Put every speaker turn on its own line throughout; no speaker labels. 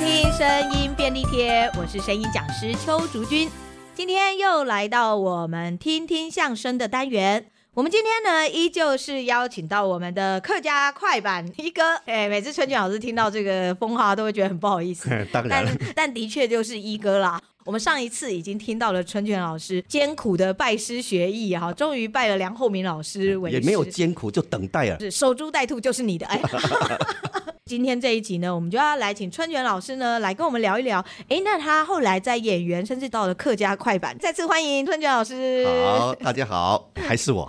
声音便利贴，我是声音讲师邱竹君。今天又来到我们听听相声的单元。我们今天呢，依旧是邀请到我们的客家快板一哥。 哎，每次春卷老师听到这个风哈，都会觉得很不好意 思。
当然
但
了，
但的确就是一哥啦。我们上一次已经听到了春卷老师艰苦的拜师学艺哈，终于拜了梁厚明老师为师，
也没有艰苦，就等待啊。
是守株待兔就是你的哎。 今天这一集呢，我们就要来请春卷老师呢来跟我们聊一聊。哎，那他后来在演员，甚至到了客家快板，再次欢迎春卷老师。
好，大家好，还是我。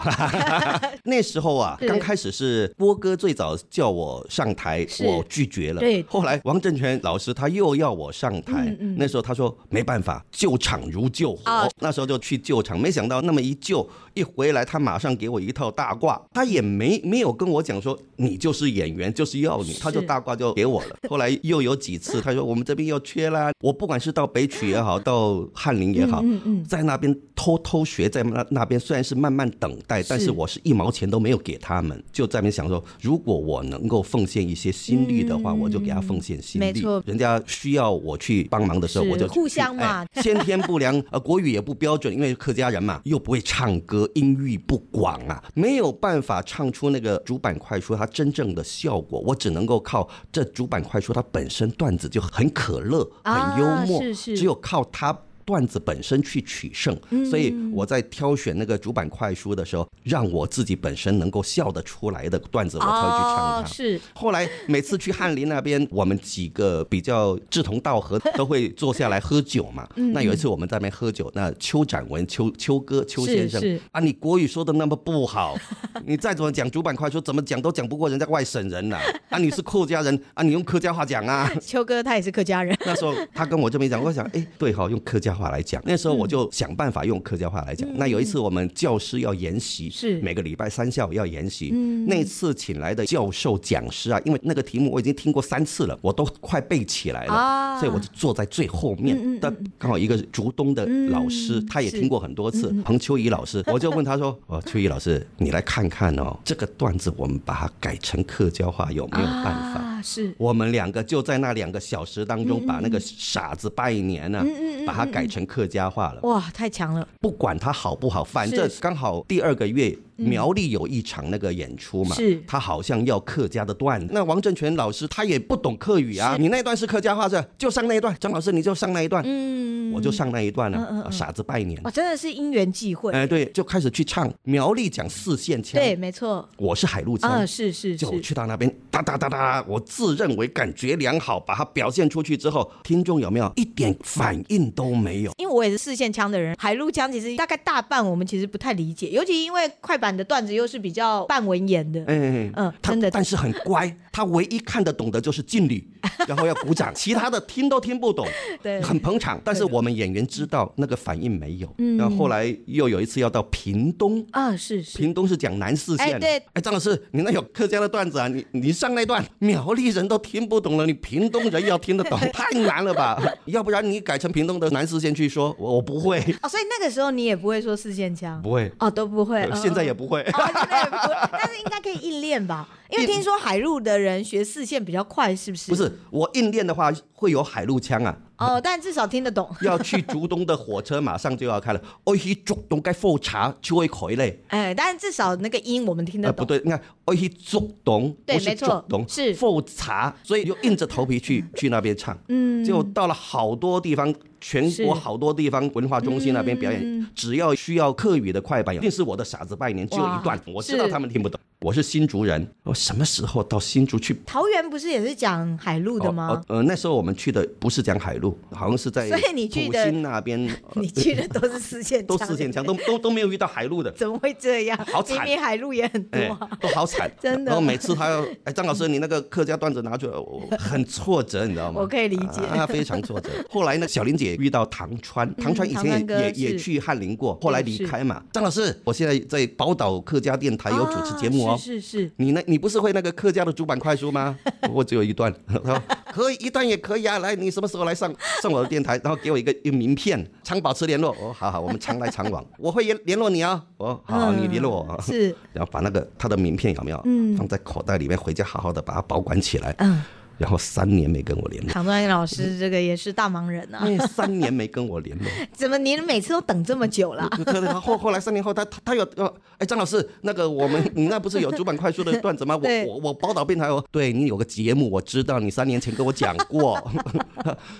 那时候啊，
是
刚开始是波哥最早叫我上台，
是
我拒绝了。
对
后来王振权老师他又要我上台，
嗯嗯
那时候他说没办法，救场如救火。
哦
那时候就去救场，没想到那么一救一回来，他马上给我一套大褂，他也没没有跟我讲说你就是演员，就是要你，他就是大褂就 给我了。后来又有几次，他说我们这边又缺啦，我不管是到北曲也好，到翰林也好，
嗯嗯，
在那边偷偷学，在那那边虽然是慢慢等待，但是我是一毛钱都没有给他们，就在那边想说，如果我能够奉献一些心力的话，
嗯
我就给他奉献心力。
没错
人家需要我去帮忙的时候，
是
我就去
互相嘛
哎先天不良， 呃，国语也不标准，因为是客家人嘛，又不会唱歌，音域不广啊，没有办法唱出那个主板快说它真正的效果。我只能够靠这主板快说它本身段子就很可乐，
啊
很幽默，
是是
只有靠它。段子本身去取胜，
嗯
所以我在挑选那个主板快书的时候，让我自己本身能够笑得出来的段子，我才会去唱它。
哦，是
后来每次去翰林那边，我们几个比较志同道合，都会坐下来喝酒嘛。
嗯
那有一次我们在那边喝酒，那邱展文、邱邱哥、邱先生
是是
啊，你国语说的那么不好，你再怎么讲主板快说，怎么讲都讲不过人家外省人呐、啊。你是客家人啊，你用客家话讲啊。
秋哥，他也是客家人。
那时候他跟我这么 一讲，我想，哎，对哈、用客家话来讲。那时
嗯
候我就想办法用客家话来讲。那有一次我们教师要研习，
是嗯
每个礼拜三下午要研习。那次请来的教授讲师啊，因为那个题目我已经听过三次了，我都快背起来了，
啊
所以我就坐在最后面。但刚好一个竹东的老师，
嗯
他也
是嗯
听过很多次，彭秋 怡老师，我就问他说：“哦，秋怡老师，你来看看哦，这个段子我们把它改成客家话有没有办法？”
啊，是
我们两个就在那两个小时当中，把那
嗯
个傻子拜年呢、把它改成客家话了。
哇，太强了。
不管它好不好，反正
是
刚好第二个月苗栗有一场那个演出嘛，
是
他好像要客家的段子。那王振权老师他也不懂客语啊，你那段是客家话是吧，就上那一段。张老师你就上那一段，
嗯，
我就上那一段了、
嗯嗯嗯
啊傻子拜年
哇，，真的是因缘际会。
哎，对，就开始去唱苗栗讲四线腔，
对，没错。
我是海陆腔，
啊，是是，
就是去到那边哒哒哒哒，我自认为感觉良好，把它表现出去之后，听众有没有一点反应都没有？
因为我也是四线腔的人，海陆腔其实大概大半我们其实不太理解，尤其因为快板的段子又是比较半文言的。
哎，
嗯
他
真的
但是很乖，他唯一看得懂的就是敬 礼，然后要鼓掌，其他的听都听不懂，
对嗯
很捧场。但是我们演员知道那个反应没有，然后后来又有一次要到屏东。
啊，是是，
屏东是讲南四县的，
哎对
哎，张老师，你那有客家的段子啊？你你上那段苗栗人都听不懂了，你屏东人要听得懂，太难 了吧？要不然你改成屏东的南四县去说，我我不会，
哦，所以那个时候你也不会说四线腔，
不会，
哦，都不会，嗯
呃现在也
嗯
不会。
哦，现在也不会，但是应该可以硬练吧？因为听说海陆的人学四线比较快，是不是？
不，是我硬练的话会有海陆腔啊，
哦，但至少听得懂。
要去竹东的火车马上就要开了，我去竹东该复查就会回来。
哎，但是至少那个音我们听
呃，
得
不
懂。
对，你看，我去竹东，
对
不是
没
竹
错
东，
是
复查，所以就硬着头 皮去去那边唱。嗯，就到了好多地方，全国
是嗯
好多地方文化中心那边表演，只要需要客语的快板，一定是我的傻子拜年，只有
哇
一段，我知道
是
他们听不懂。我是新竹人，我什么时候到新竹去？
桃园不是也是讲海陆的吗？
哦？哦呃，那时候我们去的不是讲海陆，好像是在
所以你去的
埔心 那边，呃
你去的都是四线
都
腔，，
四线强，都都都没有遇到海陆的
怎么会这样？
好惨
明明海陆也 很多
哎
啊。，
都好惨，
真的
然后每次他要，哎，张老师，你那个客家段子拿出来，我我很挫折，你知道吗？
我可以理解嗯
啊，非常 挫折。后来呢，小玲姐遇到唐川，唐川以
唐川
前
哥
也也也
是
去翰林过，后来
对
离
是
开嘛。张老师，我现在在宝岛客家电台有主持节目
啊
哦。
是是是，
你呢？你不是会那个客家的主板快 书吗？我只有一段，他说可以一段也可以啊。来，你什么时候来上上我的电台？然后给我一个一个名片，常保持联络。哦，好好，我们常来常往，我会联联络你啊。哦，好
嗯
好，你联络我。
是，
然后把那个他的名片有没有，放在口袋里面，回家好好的把它保管起来。
嗯，
然后三年没跟我 联络，
唐专老师这个也是大忙人啊，
那三年没跟我联络。
怎么您每次都等这么久了？
可能后后来三年后，他他他有呃，哎，张老师，那个我们你那不是有主板快书的段子吗？
对
我我我宝岛电台哦，对你有个节目，我知道你三年前跟我讲过，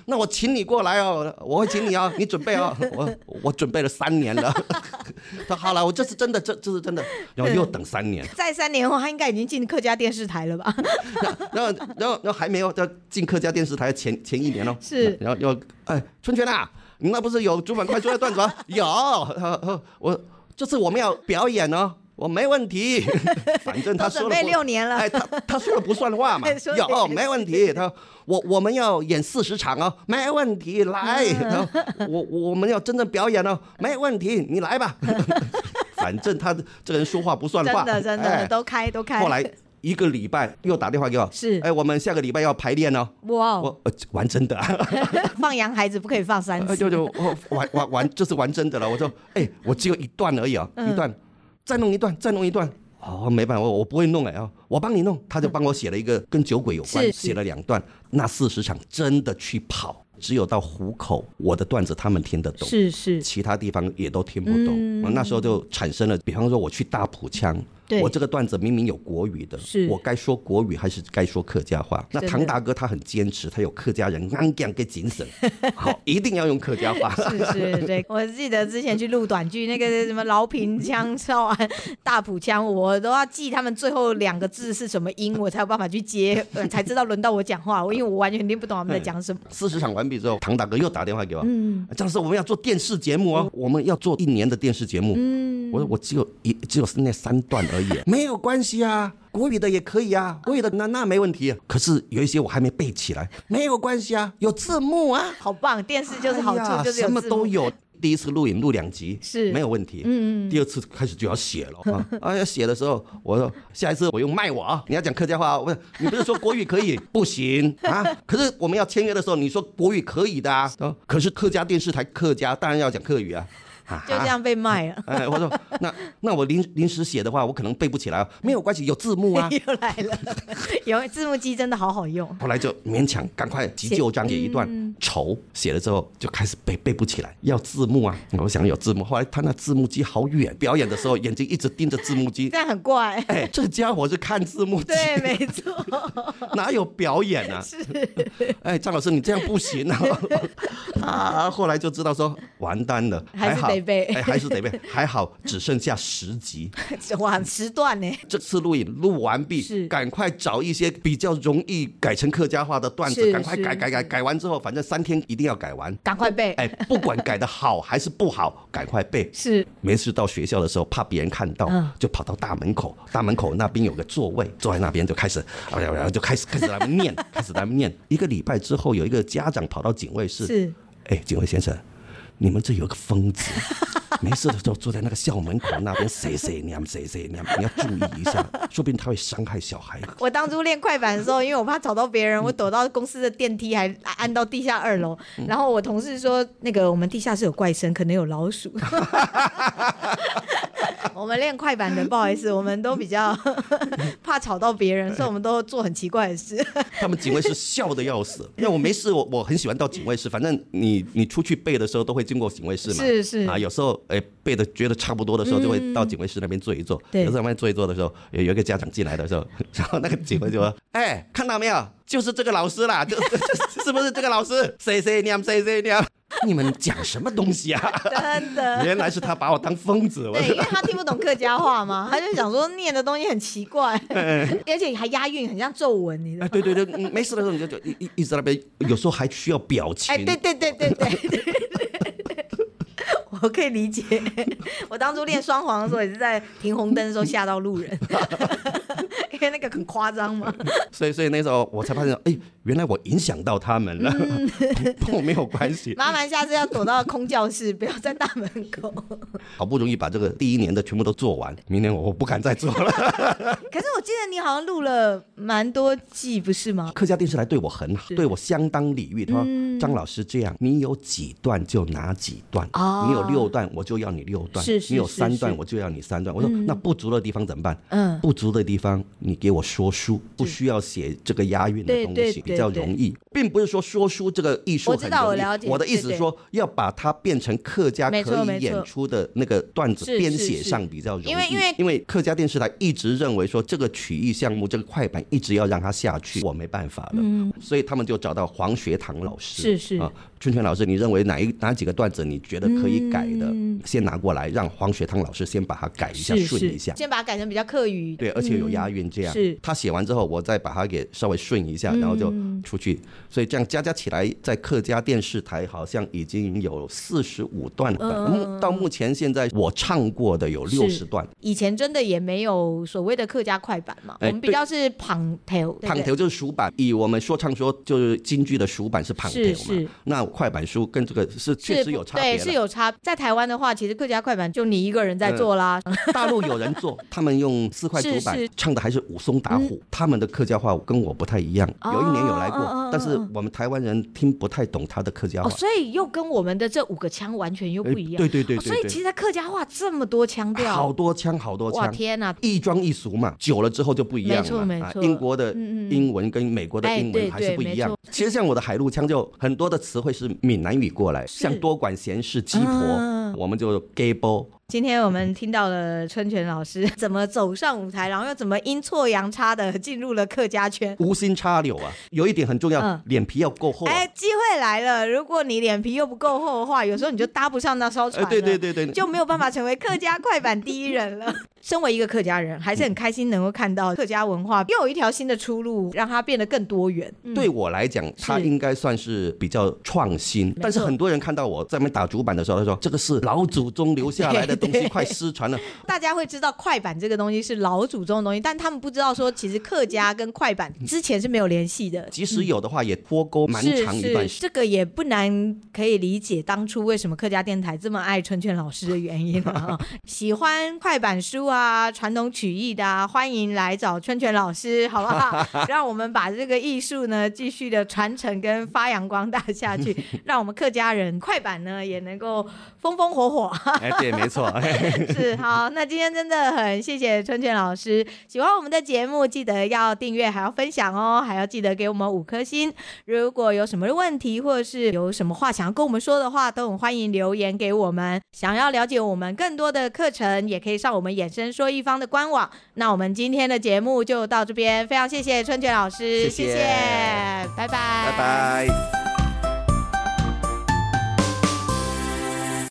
那我请你过来哦，我会请你哦，你准备哦，我我准备了三年了。 他好了，我这是真的，这这是真的，然后又等三年，
在三年后，他应该已经进客家电视台了吧？
然后然后然后还没有要进客家电视台前前一年哦，
是
然后要哎春泉啊，你那不是有主板快出的段子吗？有，呃呃我这次我们要表演哦。我没问题， 反正他
都
说
准
了
备
不
六年了，
哎，他他说了不算话嘛，
说了
有、
也是
没问题。他我我们要演四十场哦，没问题，来。
嗯
然后我我们要真正表演哦，没问题，你来吧。 反正他这个人说话不算
真
话，
的真
哎
的都开都开。
后来一个礼拜又打电话给我，
是
哎，我们下个礼拜要排练哦。
哇哦，
我呃玩真的、啊，
放羊孩子不可以放三
呃
次，
就就我玩玩玩，这是玩真的了。我说，哎，我只有一段而已啊，
嗯
一段，再弄一段，再弄一段。哦，没办法，我我不会弄哎啊，我帮你弄。他就帮我写了一个跟酒鬼有关，
嗯是是
写了两段。那四十场真的去跑，只有到虎口，我的段子他们听得懂。
是 是嗯
其他地方也都听不懂。我那时候就产生了，比方说我去大浦腔，
对
我这个段子明明有国语的
是，
我该说国语还是该说客家话？那
真的
唐大哥他很坚持，他有客家人安讲跟精神，好，一定要用客家话。
是是，对，我记得之前去录短剧，那个什么饶平腔、少安、啊大浦腔，我都要记他们最后两个字是什么音，我才有办法去接，呃才知道轮到我讲话，我因为我完全听不懂他们在讲什么。
四十场完毕之后，唐大哥又打电话给我，嗯，张老师，我们要做电视节目哦，我们要做一年的电视节目，嗯，我说我只有一只有那三段而已，没有关系啊，国语的也可以啊，国语的那那没问题、可是有一些我还没背起来，没有关系啊，有字幕啊，
好棒，电视就是好
哎呀
处，就是有
什么
字幕
都有。第一次录影录两集
是
没有问题，嗯嗯。第二次开始就要写了 啊，啊要写的时候，我说下一次我用卖我啊，你要讲客家话啊，我说你不是说国语可以不行啊？ 可是我们要签约的时候，你说国语可以的啊，啊可是客家电视台客家当然要讲客语啊，啊
就这。样被卖 了。。
哎，我说那那我临临时写的话，我可能背不起来啊，没有关系，有字幕啊
又来了，有字幕机真的好好用，
后来就勉强赶快急救章写一段
嗯
愁，写了之后就开始背背不起来，要字幕啊！我想有字幕，后来他那字幕机好远，表演的时候眼睛一直盯着字 幕机。
但很怪。
哎，这家伙是看字幕机，
对，没错，
哪有表演 啊？
是
哎，张老师，你这样不行啊！ 啊，后来就知道说完蛋了，
还是
好
得背
哎，还是得背，还好只剩下十集。
哇，时段呢？
这次录影录完毕，
是
赶快找一些比较容易改成客家话的段
是
子，赶快
是
改改改改完之后，反正三天一定要改完。
赶快背，
哎，不管改的好还是不好，赶快背。
是
每次到学校的时候，怕别人看到
嗯，
就跑到大门口，大门口那边有个座位，坐在那边就开始，哎呀，然后就开始开始他们念， 开始他们念。一个礼拜之后，有一个家长跑到警卫室，
是，
哎，警卫先生，你们这有个疯子，没事的时候坐在那个校门口那边谁谁娘谁谁娘，你要注意一下，说不定他会伤害小孩。
我当初练快板的时候，因为我怕吵到别
嗯
人，我躲到公司的电梯，还按按到地下二楼。
嗯
然后我同事说，那个我们地下室有怪声，可能有老鼠。 我们练快板的，不好意思，我们都比 较怕吵到别人，所以我们都做很奇怪的 事。
他们警卫室笑的 要死，因为我没事，我我很喜欢到警卫室，反正你你出去背的时候都会经过警卫室嘛，
是是
啊，有时候哎背的觉得差不多的时候，就会到警卫室那边坐一坐，
对
有时候那边坐一坐的时候，有有一个家长进来的时候， 然后那个警卫就说：“ 哎，看到没有，就是这个老师啦， 就就是不是这个老师？ 谁谁娘谁谁娘， 你们讲什么东西啊？”
真的。
原来是他把我当疯子，我
对，因为他听不懂客家话嘛，他就想说念的东西很奇怪，而且还押韵，很像皱纹，你知道
哎，
吗？
对对对，嗯没事的时候你就就一一一直在那边，有时候还需要表情。
哎，对对对对对对对。 我可以理解， 我当初练双簧的时候也是在停红灯的时候吓到路人， 因为那个很夸张 嘛。
所以，所以那时候我才发现，哎，原来我影响到他们了，
嗯
跟我没有关 系。
麻烦下次要躲到空教室，不要在大门口。
好不容易把这个第一年的全部都做完，明年我我不敢再 做了。
可是我记得你好像录了蛮多季，不是吗？
客家电视台对我很好，对我相当礼遇。他说：“
嗯
张老师这样，你有几段就拿几段，
哦
你有六段我就要你六段，
是是
你有
是
三
是
段我就要你三段。”我说：“那不足的地方怎么办？
嗯
不足的地方你给我说书，不需要写这个押韵的
对
东
对
西，
对
比较
对
容易，并不是说说书这个艺术
我知
很容
道
易。
我了解
的意
对
思是
对
说，要把它变成客家
没错
可
没
以演
错
出的那个段子
是
编
是
写
是
上比较容易，
因为因为
因为客家电视台一直认为说这个曲艺项目这个快板一直要让它下去，我没办法了，所以他们就找到黄学堂老
嗯
师，
是是
啊，春泉老师，你认为哪一哪几个段子你觉得可以改的，
嗯
先拿过来让黄学堂老师先把它改一下
是
顺
是
一下，
先把它改成比较客语，
对，而且有押韵，这
嗯
样、
是嗯
他写完之后，我再把它给稍微顺一下，然后就出去。所以这样加加起来，在客家电视台好像已经有四十五段版，
嗯
目到目前现在我唱过的有
是
六十段。
以前真的也没有所谓的客家快板嘛，我
哎
们比较是旁头，对不
旁
对
条就是熟版，以我们说唱说就是京剧的熟版是旁条
是
嘛，
是
那快板书跟这个是确实有差别
对，是
了。嗯
有差。在台湾的话，其实客家快板就你一个人在做啦，
大陆有人做，他们用四块竹板
是是嗯
唱的还是武松打虎，他们的客家话跟我不太一样。有一年有来过，
哦哦哦
但是
哦
我们台湾人听不太懂他的客家
哦，
话。
所以又跟我们的这五个腔完全又
哎
不一样。
对对对
哦
对
所以
对
其实客家话这么多腔调，
好多腔，好多
哇
腔。
天哪、
一装一俗嘛，久了之后就不一样了
没错
嘛。
没错
啊，英国的
嗯嗯
英文跟美国的
哎
英
对
文还是不一样。
对没
其实像我的海陆腔，就很多的词汇是闽南语过来，像多管闲事、鸡婆，
啊
我们就 gay bo。
今天我们听到了春泉老师 怎么走上舞台，然后又怎么阴错阳差的进入了客家圈。
无心插柳啊，有一点很重要，
嗯
脸皮要够厚、啊。
哎，机会来了！如果你脸皮又不够厚的话，有时候你就搭不上那艘船
哎
了。
对对对对，
就没有办法成为客家快板第一人了。 身为一个客家人，还是很开心能够看到客家文化又有一条新的出路，让它变得更多元。嗯
对我来讲，它
是
应该算是比较创新。但是
错
很多人看到我在那边打主板的时候，他说这个是老祖宗留下来的东
对
西，快失传了。
大家会知道快板这个东西是老祖宗的东西，但他们不知道说，其实客家跟快板之前是没有联系的。
即使有的话，也脱钩蛮
是
长一段
嗯是，
时
这个也不难可以理解当初为什么客家电台这么爱春泉老师的原因了、 啊。喜欢快板书啊、传统曲艺的啊，欢迎来找春泉老师，好不 好？让我们把这个艺术呢继续的传承跟发扬光大下 去，让我们客家人快板呢也能够风风火火。
哎，对，没错。
是好，那今天真的很谢谢春泉老师。喜欢我们的节目，记得要订阅，还要分享哦，还要记得给我们五颗星。如果有什么问题，或者是有什么话想要跟我们说的话，都很欢迎留言给我们。想要了解我们更多的课程，也可以上我们衍生说一方的官网。那我们今天的节目就到这边，非常谢谢春泉老师，
谢谢
谢拜拜，
拜拜。